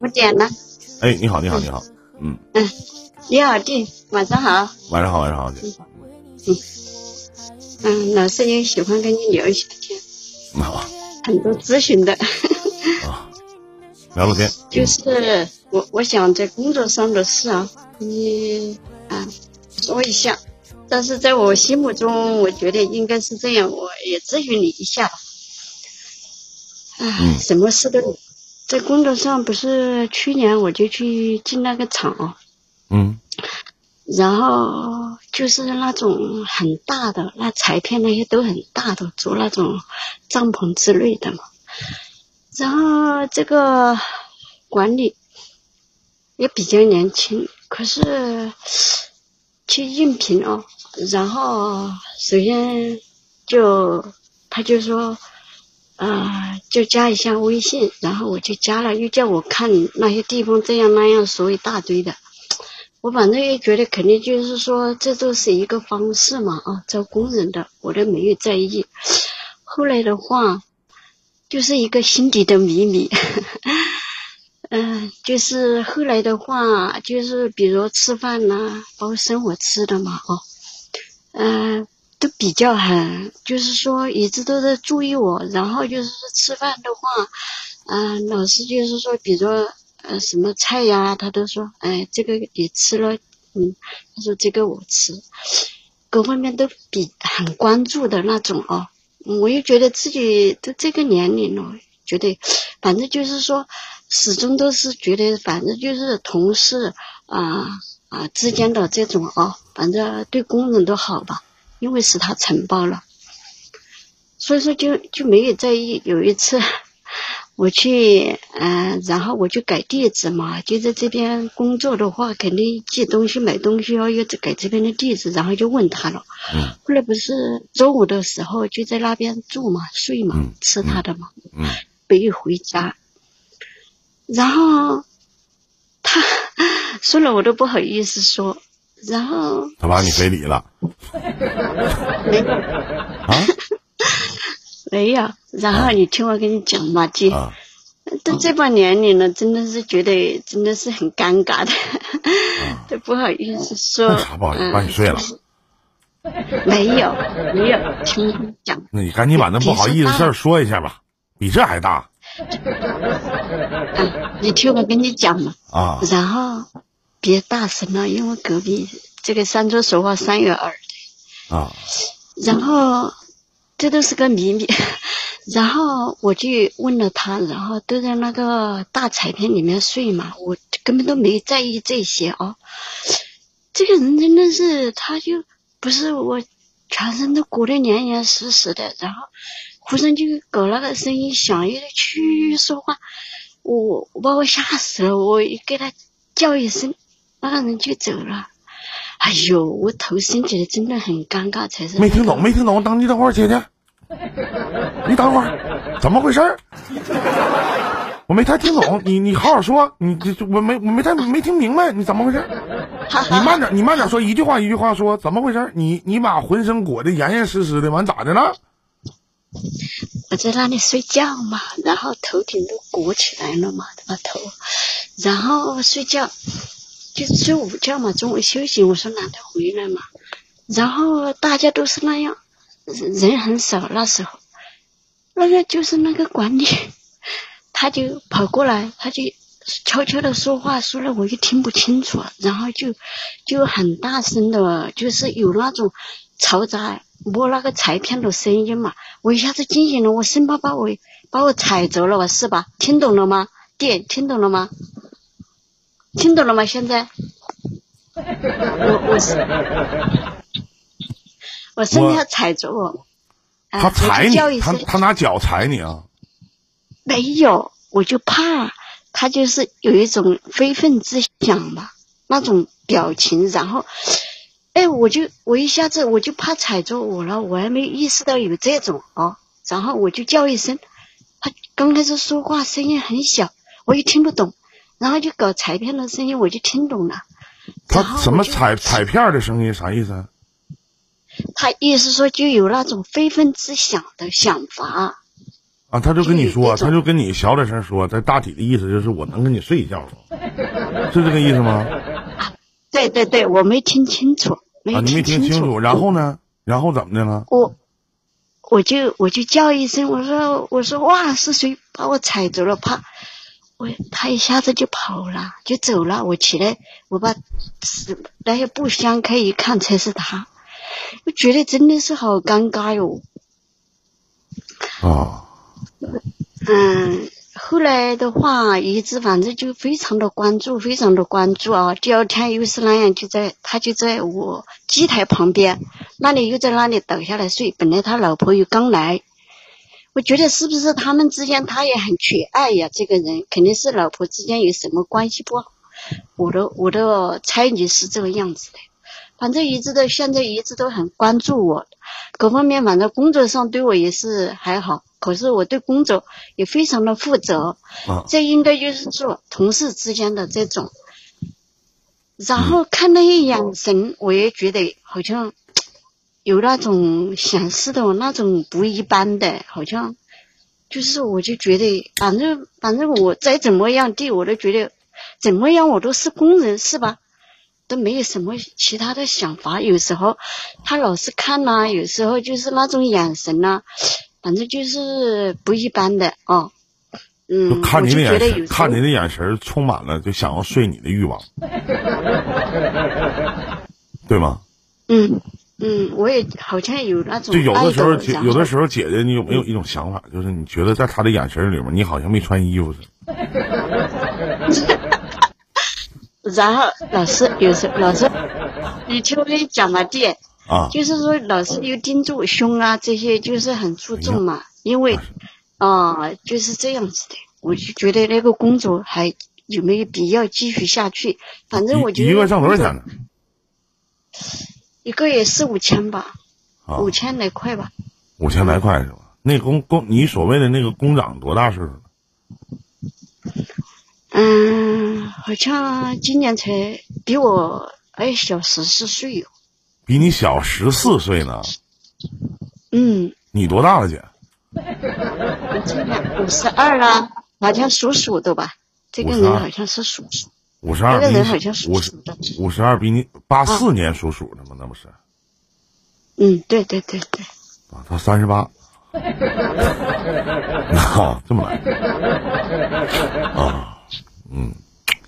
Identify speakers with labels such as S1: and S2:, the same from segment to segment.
S1: 五点了。
S2: 哎，你好，你好，你好，嗯，
S1: 你好，弟，晚上好。
S2: 晚上好，晚上好，姐，
S1: 嗯，老师也喜欢跟你聊一些天，
S2: 嗯好
S1: 很多咨询的，
S2: 啊，聊聊天，
S1: 就是我我想在工作上的事啊，你啊说一下。但是在我心目中，我觉得应该是这样，我也咨询你一下吧。啊，
S2: 嗯
S1: 什么事都有，在工作上不是去年我就去进那个厂，啊
S2: 嗯
S1: 然后就是那种很大的，那裁片那些都很大的，做那种帐篷之类的嘛。然后这个管理也比较年轻，可是去应聘哦，然后首先就他就说，呃，就加一下微信，然后我就加了，又叫我看那些地方这样那样说一大堆的。我反正也觉得肯定就是说，这都是一个方式嘛啊，招工人的，我都没有在意。后来的话，就是一个心底的秘 密。嗯、就是后来的话，就是比如吃饭呐、包括生活吃的嘛哦，嗯、都比较很，就是说一直都在注意我。然后就是说吃饭的话，嗯、老师就是说，比如说呃什么菜呀，他都说，哎，这个你吃了，嗯，他说这个我吃，各方面都比很关注的那种哦。我又觉得自己都这个年龄了，觉得反正就是说，始终都是觉得，反正就是同事啊啊、之间的这种哦，反正对工人都好吧，因为是他承包了，所以说就就没有在意。有一次。 我去，嗯、然后我就改地址嘛，就在这边工作的话，肯定寄东西、买东西要要改这边的地址，然后就问他了。
S2: 嗯
S1: 后来不是中午的时候就在那边住嘛、睡嘛、
S2: 嗯
S1: 吃他的嘛，
S2: 嗯
S1: 没有回家。然后他 说了，我都不好意思说。然后
S2: 他把你非 礼了
S1: 没有
S2: 啊
S1: 没有，然后你听我跟你讲嘛，姐。
S2: 啊，
S1: 到这把年龄了，真的是觉得真的是很尴尬的， 都不好意思说。
S2: 啊那啥不好意思，把你睡了，
S1: 嗯没有没有，听你讲，
S2: 那你赶紧把那不好意思事儿说一下吧，比这还大
S1: 嗯，你听我跟你讲嘛。
S2: 啊
S1: 然后别大声了，因为隔壁这个三桌说话三月二。
S2: 啊
S1: 然后这都是个谜谜。 然后我就问了他，然后都在那个大彩片里面睡嘛，我根本都没在意这些啊。这个人真的是，他就不是我，全身都裹得严严实实的，然后忽然就搞那个声音响，又去说话，我我把我吓死了，我一给他叫一声，那个人就走了。哎呦，我头伸起来真的很尴尬，才是
S2: 没听 懂，没听懂，等你等会儿，姐姐，你等会儿，怎么回事儿？我没太听懂，你你好好说，你这这我没我没太没听明白，你怎么回事儿？你慢点，你慢点说，一句话一句话说，怎么回事儿？你你把浑身裹得严严实实的，完咋的了？
S1: 我在那里睡觉嘛，然后头顶都裹起来了嘛，把头，然后睡觉，就睡午觉嘛，中午休息，我说难得回来嘛，然后大家都是那样，人人很少那时候，那个就是那个管理， 他就跑过来，他就悄悄的说话，说了我又听不清楚，然后就就很大声的，就是有那种嘈杂摸那个裁片的声音嘛，我一下子惊醒了，我生怕把我把我踩着了是吧？听懂了吗？弟，听懂了吗？听懂了吗？现在，我我是我生怕踩着我，啊
S2: 他
S1: 我就
S2: 踩
S1: 叫
S2: 你，
S1: 一
S2: 他
S1: 声
S2: 他拿脚踩你啊！
S1: 没有，我就怕他就是有一种非分之想吧，那种表情，然后，哎，我就我一下子我就怕踩着我了，我还没意识到有这种哦，然后我就叫一声，他刚开始说话声音很小，我也听不懂，然后就搞裁片的声音我就听懂了，
S2: 他
S1: 然后
S2: 什么
S1: 我就
S2: 踩踩片儿的声音啥意思啊？
S1: 他意思说就有那种非分之想的想法，
S2: 啊，他就跟你说，
S1: 这
S2: 他
S1: 种
S2: 就跟你小点声说，他大体的意思就是我能跟你睡一觉吗？是这个意思吗？
S1: 对对对，我没听清楚，没
S2: 啊，你没听
S1: 清
S2: 清楚。然后呢？然后怎么的了？
S1: 我我就我就叫一声，我说我说哇，是谁把我踩着了？啪！我他一下子就跑了，就走了。我起来，我把那些布箱开一看，才是他。我觉得真的是好尴尬哟。
S2: 啊，
S1: 嗯，后来的话，一直反正就非常的关注，非常的关注啊。第二天又是那样，就在他就在我机台旁边那里，又在那里倒下来睡。本来他老婆又刚来，我觉得是不是他们之间他也很缺爱呀？这个人肯定是老婆之间有什么关系不好，我的我的猜疑是这个样子的。反正一直到现在一直都很关注我，各方面反正工作上对我也是还好，可是我对工作也非常的负责，
S2: 啊
S1: 这应该就是说同事之间的这种。然后看那些眼神，我也觉得好像有那种显示的那种不一般的，好像就是我就觉得，反正反正我再怎么样地，我都觉得怎么样我都是工人是吧？都没有什么其他的想法。有时候他老是看呐、有时候就是那种眼神呐、反正就是不一般的哦。嗯，
S2: 就看你的
S1: 我就觉
S2: 眼
S1: 得有
S2: 神，
S1: 时
S2: 看
S1: 候
S2: 你的眼神充满了就想要睡你的 欲望，对吗？
S1: 嗯嗯，我也好像有那种
S2: 就有的时候，
S1: 爱
S2: 姐
S1: 然后
S2: 有的时候，姐姐，你有没有一种想法，就是你觉得在她的眼神里面，你好像没穿衣服似的？
S1: 然后老师有时候老师，你听我跟你讲嘛，弟，
S2: 啊，
S1: 就是说老师又盯住胸啊这些，就是很注重嘛，因为啊、就是这样子的，我就觉得那个工作还有没有必要继续下去？反正我
S2: 一
S1: 觉得
S2: 一个月挣多少钱呢？
S1: 一个月四五千吧，
S2: 啊，
S1: 五千来块吧。
S2: 五千来块是吧？那工工，你所谓的那个工长多大岁数了？
S1: 嗯，好像今年才比我哎小十四岁哟。
S2: 比你小十四岁呢。
S1: 嗯，
S2: 你多大了，姐？
S1: 我今年五十二啦，好像属鼠的吧？这个人
S2: 52
S1: 好像是属鼠，
S2: 五十
S1: 这
S2: 二，
S1: 个
S2: 比
S1: 人好像
S2: 你
S1: 是啊
S2: 五
S1: 属
S2: 十
S1: 鼠的。
S2: 五十二，比你八四年属鼠的吗？那不是
S1: 嗯，对对对对。
S2: 啊，他三十八。 啊，这么来啊，嗯，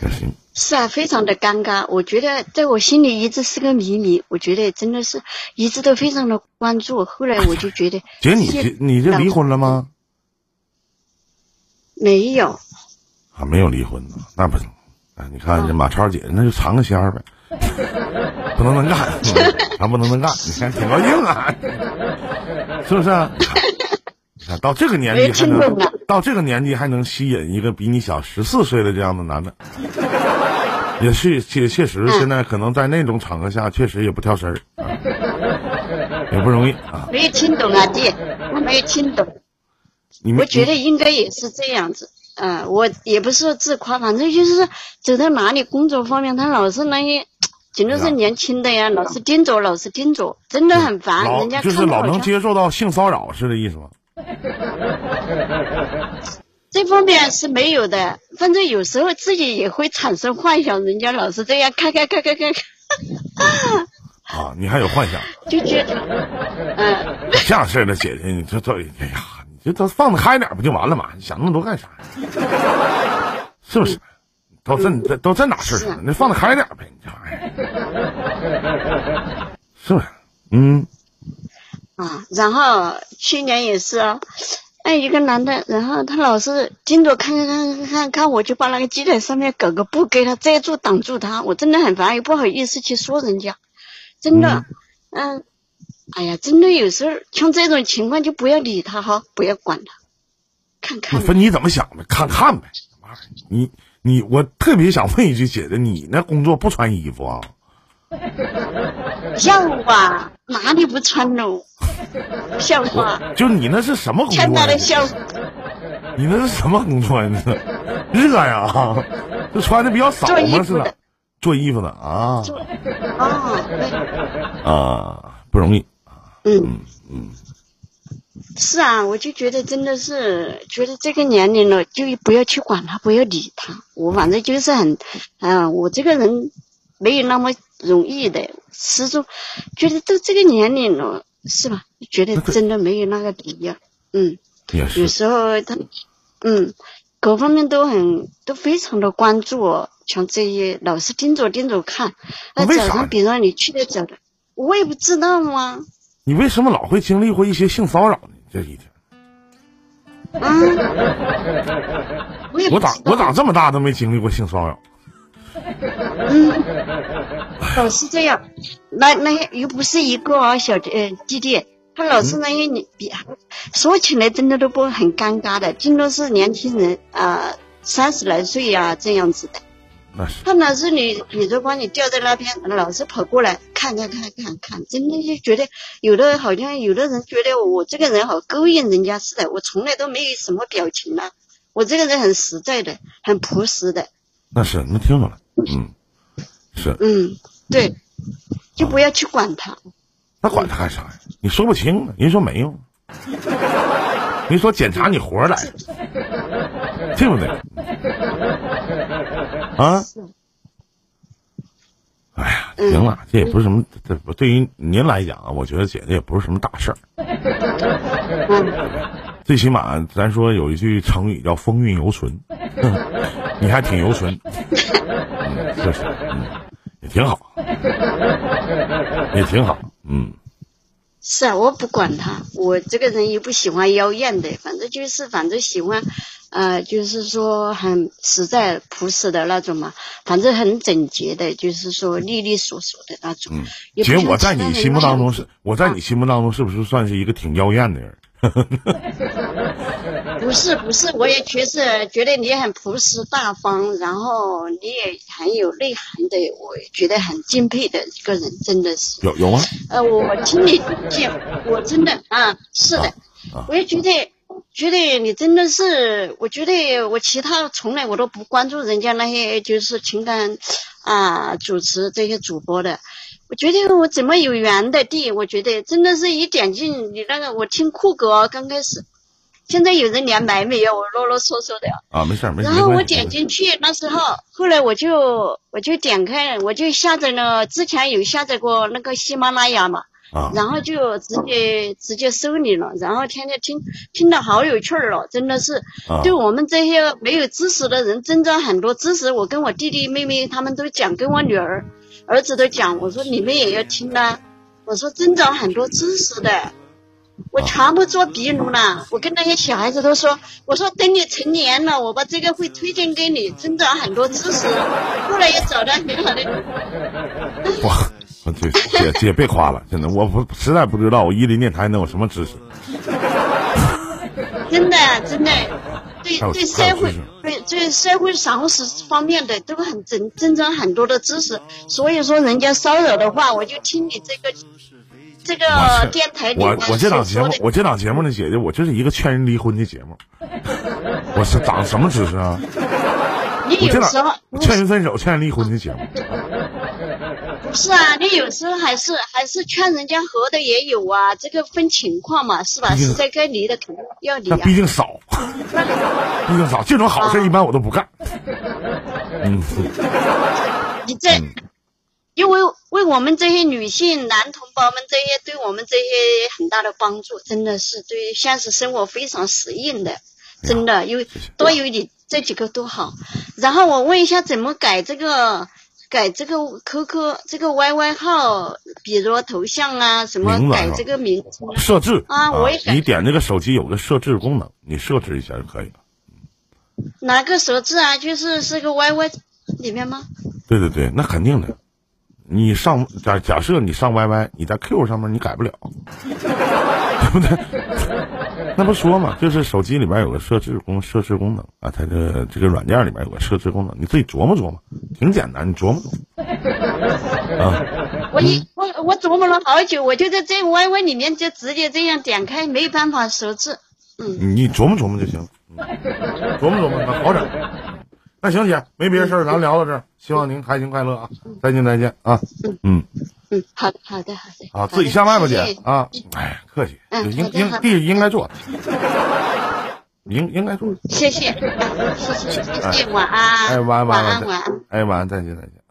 S2: 也行。
S1: 是啊，非常的尴尬。我觉得在我心里一直是个谜谜，我觉得真的是一直都非常的关注。后来我就觉得
S2: 姐，你
S1: 是
S2: 这你这离婚了吗？
S1: 没有，
S2: 还啊没有离婚呢，那不行。哎，你看这马超姐，那就尝个鲜儿呗，不能能干， 嗯咱不能能干。你看挺高兴啊，是不是、啊？ 你看你看到这个年纪还
S1: 没听
S2: 能
S1: 懂呢
S2: 到这个年纪还能吸引一个比你小十四岁的这样的男的，也是确确实现在可能在那种场合下确实也不挑身儿、啊，也不容易啊。
S1: 没有听懂啊，弟，我没有听懂。
S2: 你们
S1: 我觉得应该也是这样子。嗯、我也不是说自夸，反正就是说走到哪里工作方面，他老是那些，顶多
S2: 是啊
S1: 是年轻的呀，老是盯着，老是盯着，真的很烦。
S2: 老
S1: 人家
S2: 就
S1: 看
S2: 是
S1: 着
S2: 老
S1: 好
S2: 能
S1: 像
S2: 接受到性骚扰是这意思吗？
S1: 这方面是没有的，反正有时候自己也会产生幻想，人家老是这样看看看看看看。
S2: 啊，你还有幻想。
S1: 就觉得，嗯，
S2: 这样式儿的姐姐，你这这，哎呀，你这都放得开点儿不就完了吗？你想那么多干啥呀？是不是？都这这都这哪事儿
S1: 是
S2: 上了？那放得开点儿呗，你这玩意儿，是不是？嗯，
S1: 啊，然后去年也是啊，哎，一个男的，然后他老是盯着看看看看看看，我就把那个鸡腿上面搞个布给他遮住挡住他，我真的很烦，也不好意思去说人家，真的，嗯，哎呀，真的有时候像这种情况就不要理他哈，不要管他，看看吧
S2: 分你怎么想的，看看呗。妈呀你你，我特别想问一句，姐姐，你那工作不穿衣服啊？
S1: 要啊，哪里不穿喽？笑话，
S2: 就你那是什么工
S1: 天
S2: 作
S1: 大
S2: 呀
S1: 的？笑话。
S2: 你那是什么工作呀？那是热呀，就穿的比较少
S1: 做衣
S2: 吗？
S1: 服
S2: 是的
S1: 的，
S2: 做衣服的啊
S1: 做哦，对，
S2: 啊，不容易。
S1: 嗯
S2: 嗯，
S1: 是啊，我就觉得真的是，觉得这个年龄了，就不要去管他，不要理他。我反正就是很，嗯、我这个人没有那么容易的，始终觉得都这个年龄了，是吧？觉得真的没有那个理由。嗯，
S2: 也
S1: 有
S2: 是，
S1: 时候他，嗯，各方面都很都非常的关注我，像这些老是盯着盯着看。那
S2: 为
S1: 早
S2: 啥呢
S1: 上比如说你去的早的，我也不知道啊。
S2: 你为什么老会经历过一些性骚扰呢？这一天，
S1: 啊，我也不
S2: 我
S1: 知
S2: 长
S1: 道
S2: 我长这么大都没经历过性骚扰，
S1: 老是这样，那那又不是一个啊，小呃弟弟，他老是那些你比，说起来真的都不很尴尬的，尽都是年轻人啊，三、十来岁呀、这样子的。
S2: 那是
S1: 他老是你，你如果你掉在那边，老是跑过来看看看看看，真的就觉得有的好像有的人觉得我这个人好勾引人家似的，我从来都没有什么表情啊，我这个人很实在的，很朴实的。
S2: 那是，能听出来，嗯，是，
S1: 嗯，对，就不要去管他。
S2: 那管他干啥呀？你说不清啊，人说没有，人说检查你活儿来，对不对？啊，哎呀，行了，这也不是什么，这不对于您来讲啊，我觉得姐姐也不是什么大事儿。最起码咱说有一句成语叫“风韵犹存”， 你还挺犹存，嗯，确实，嗯，也挺好，也挺好，嗯。
S1: 是啊，我不管他，我这个人也不喜欢妖艳的，反正就是反正喜欢，呃，就是说很实在朴实的那种嘛，反正很整洁的，就是说利利索索的那种。也不
S2: 姐，
S1: 像
S2: 我嗯在
S1: 其他
S2: 你
S1: 人
S2: 心目
S1: 那
S2: 当中
S1: 样
S2: 是，我在
S1: 啊
S2: 你心目当中是不是算是一个挺妖艳的人？
S1: 不是不是，我也觉是觉得你很朴实大方，然后你也很有内涵的，我觉得很敬佩的一个人，真的是。
S2: 有有吗？
S1: 呃，我听你讲，我真的啊，是的，
S2: 啊
S1: 我也觉得，觉得你真的是，我觉得我其他从来我都不关注人家那些就是情感啊主持这些主播的，我觉得我怎么有缘的地，我觉得真的是一点进你那个，我听酷狗刚开始，现在有人连麦没有，我啰啰嗦嗦的。
S2: 啊，没事儿没事儿。
S1: 然后
S2: 没
S1: 我
S2: 关系
S1: 点进去，那时候后来我就我就点开，我就下载了，之前有下载过那个喜马拉雅嘛，
S2: 啊，
S1: 然后就直接直接收你了，然后天天听，听的好有趣儿了，真的是
S2: 啊
S1: 对我们这些没有知识的人增长很多知识。我跟我弟弟妹妹他们都讲，跟我女儿儿子都讲，我说你们也要听啊，我说增长很多知识的。我
S2: 啊
S1: 全部做笔录了，我跟那些小孩子都说，我说等你成年了，我把这个会推荐给你，增长很多知识。后来也找到很好的
S2: 哇，姐姐姐别夸了，真的，我不实在不知道我伊林电台能有什么知识。
S1: 真的真的，对
S2: 还有
S1: 对
S2: 还
S1: 社
S2: 有
S1: 会
S2: 知识
S1: 对对社会常识方面的都很增增长很多的知识，所以说人家骚扰的话，我就听你这个这
S2: 我
S1: 个哦
S2: 是
S1: 电台里
S2: 我我这档节
S1: 所
S2: 目
S1: 说，的
S2: 我这档节目呢，姐姐，我就是一个劝人离婚的节目。我是长什么知识啊？
S1: 你
S2: 我这
S1: 有
S2: 档
S1: 时候哎
S2: 我劝人分手、劝人离婚的节目。
S1: 不是啊，你有时候还是还是劝人家和的也有啊，这个分情况嘛，是吧？
S2: 毕竟
S1: 实在该离的肯定要离
S2: 那
S1: 啊。
S2: 毕竟少，毕竟少，这种好事一般我都不干。嗯，
S1: 你这，因为为我们这些女性、男同胞们这些，对我们这些很大的帮助，真的是对现实生活非常实用的，真的有多有你这几个多好。然后我问一下，怎么改这个？改这个 QQ 这个 YY 号，比如头像啊，什
S2: 名
S1: 么
S2: 字啊
S1: 改这个名字啊
S2: 设置
S1: 啊我也感
S2: 你点这个手机有个设置功能，你设置一下就可以了。
S1: 哪个手字啊？就是是个 YY 里面吗？
S2: 对对对，那肯定的。你上假假设你上 YY，你在 Q 上面你改不了，对不对？ 那不说嘛，就是手机里边有个设置功设置功能啊，它这这个软件里边有个设置功能，你自己琢磨琢磨，挺简单，你琢磨琢磨啊。
S1: 我一我我琢磨了好久，我就在这 YY 里面就直接这样点开，没办法设置。
S2: 你琢磨琢磨就行，嗯琢磨琢磨，那好整。那行姐，没别的事儿，咱聊到这儿。希望您开心快乐啊！再见，再见啊！嗯，
S1: 嗯，好的，好的，好的。
S2: 啊，自己下麦吧，姐
S1: 好的谢谢
S2: 啊，哎，客气，
S1: 嗯
S2: 应
S1: 好的
S2: 应
S1: 好的
S2: 地应该做， 应应该做，
S1: 谢谢，啊谢谢，谢谢，晚安，
S2: 哎，晚安
S1: 晚
S2: 安
S1: 晚安。
S2: 哎，晚安，再见再见。